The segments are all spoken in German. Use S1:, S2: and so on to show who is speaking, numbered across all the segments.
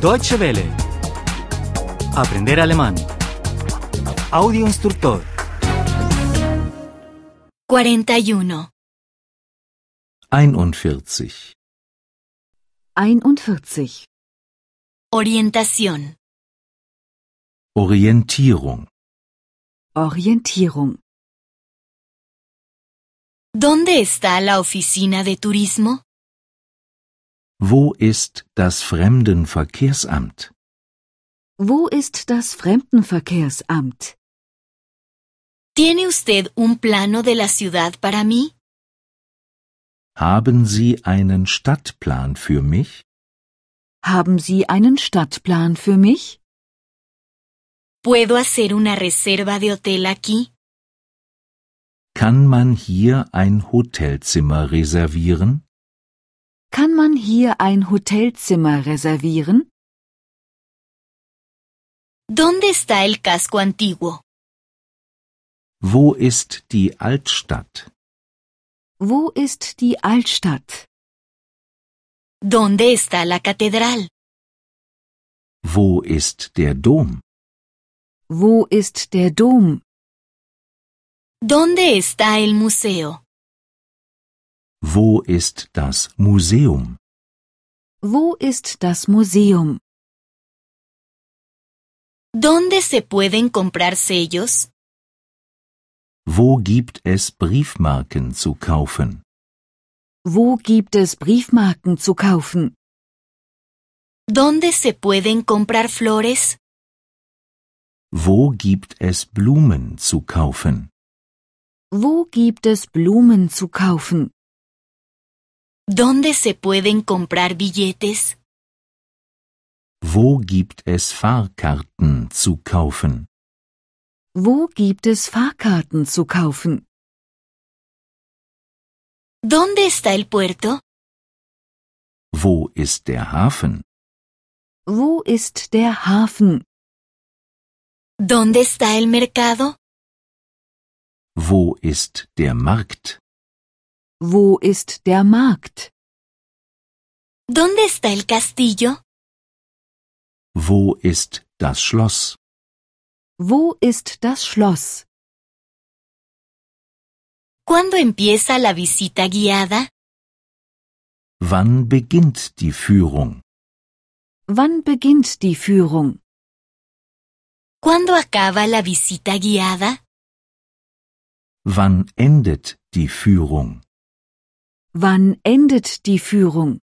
S1: Deutsche Welle. Aprender alemán. Audio instructor.
S2: 41.
S3: 41.
S4: 41.
S2: Orientación.
S3: Orientierung.
S4: Orientierung.
S2: ¿Dónde está la oficina de turismo?
S3: Wo ist das Fremdenverkehrsamt?
S4: Wo ist das Fremdenverkehrsamt?
S2: ¿Tiene usted un plano de la ciudad para mí?
S3: Haben Sie einen Stadtplan für mich?
S4: Haben Sie einen Stadtplan für mich?
S2: ¿Puedo hacer una reserva de hotel aquí?
S3: Kann man hier ein Hotelzimmer reservieren?
S4: Kann man hier ein Hotelzimmer reservieren?
S2: ¿Dónde está el casco antiguo?
S3: Wo ist die Altstadt?
S4: Wo ist die Altstadt?
S2: ¿Dónde está la catedral?
S3: Wo ist der Dom?
S4: Wo ist der Dom?
S2: ¿Dónde está el museo?
S3: Wo ist das Museum?
S4: Wo ist das Museum?
S2: ¿Dónde se pueden comprar sellos?
S3: Wo gibt es Briefmarken zu kaufen?
S4: Wo gibt es Briefmarken zu kaufen?
S2: ¿Dónde se pueden comprar flores?
S3: Wo gibt es Blumen zu kaufen?
S4: Wo gibt es Blumen zu kaufen?
S2: ¿Dónde se pueden comprar billetes?
S3: Wo gibt es Fahrkarten zu kaufen?
S4: Wo gibt es Fahrkarten zu kaufen?
S2: ¿Dónde está el puerto?
S3: Wo ist der Hafen?
S4: Wo ist der Hafen?
S2: ¿Dónde está el mercado?
S3: Wo ist der Markt?
S4: Wo ist der Markt?
S2: ¿Dónde está el castillo?
S3: Wo ist das Schloss?
S4: Wo ist das Schloss?
S2: ¿Cuándo empieza la visita guiada?
S3: Wann beginnt die Führung?
S4: Wann beginnt die Führung?
S2: ¿Cuándo acaba la visita guiada?
S3: Wann endet die Führung?
S4: Wann endet die Führung?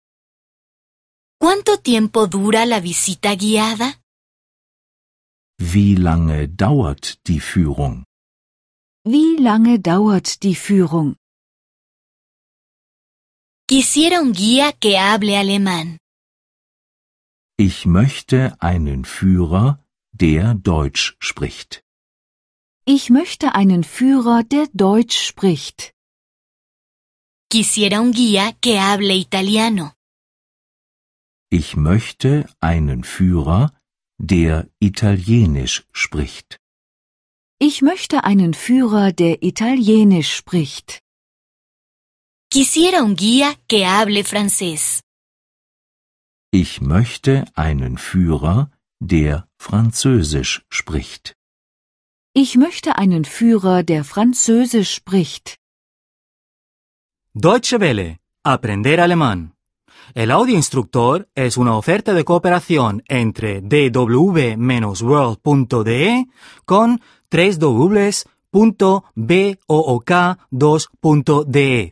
S2: ¿Cuánto tiempo dura la visita guiada?
S3: Wie lange dauert die Führung?
S4: Wie lange dauert die Führung?
S2: Quisiera un guía que hable alemán.
S3: Ich möchte einen Führer, der Deutsch spricht.
S4: Ich möchte einen Führer, der Deutsch spricht.
S2: Quisiera un guía que hable italiano.
S3: Ich möchte einen Führer, der Italienisch spricht.
S4: Ich möchte einen Führer, der Italienisch spricht.
S2: Quisiera un guía que hable francés.
S3: Ich möchte einen Führer, der Französisch spricht.
S4: Ich möchte einen Führer, der Französisch spricht.
S1: Deutsche Welle. Aprender alemán. El audio instructor es una oferta de cooperación entre dw-world.de con 3 2de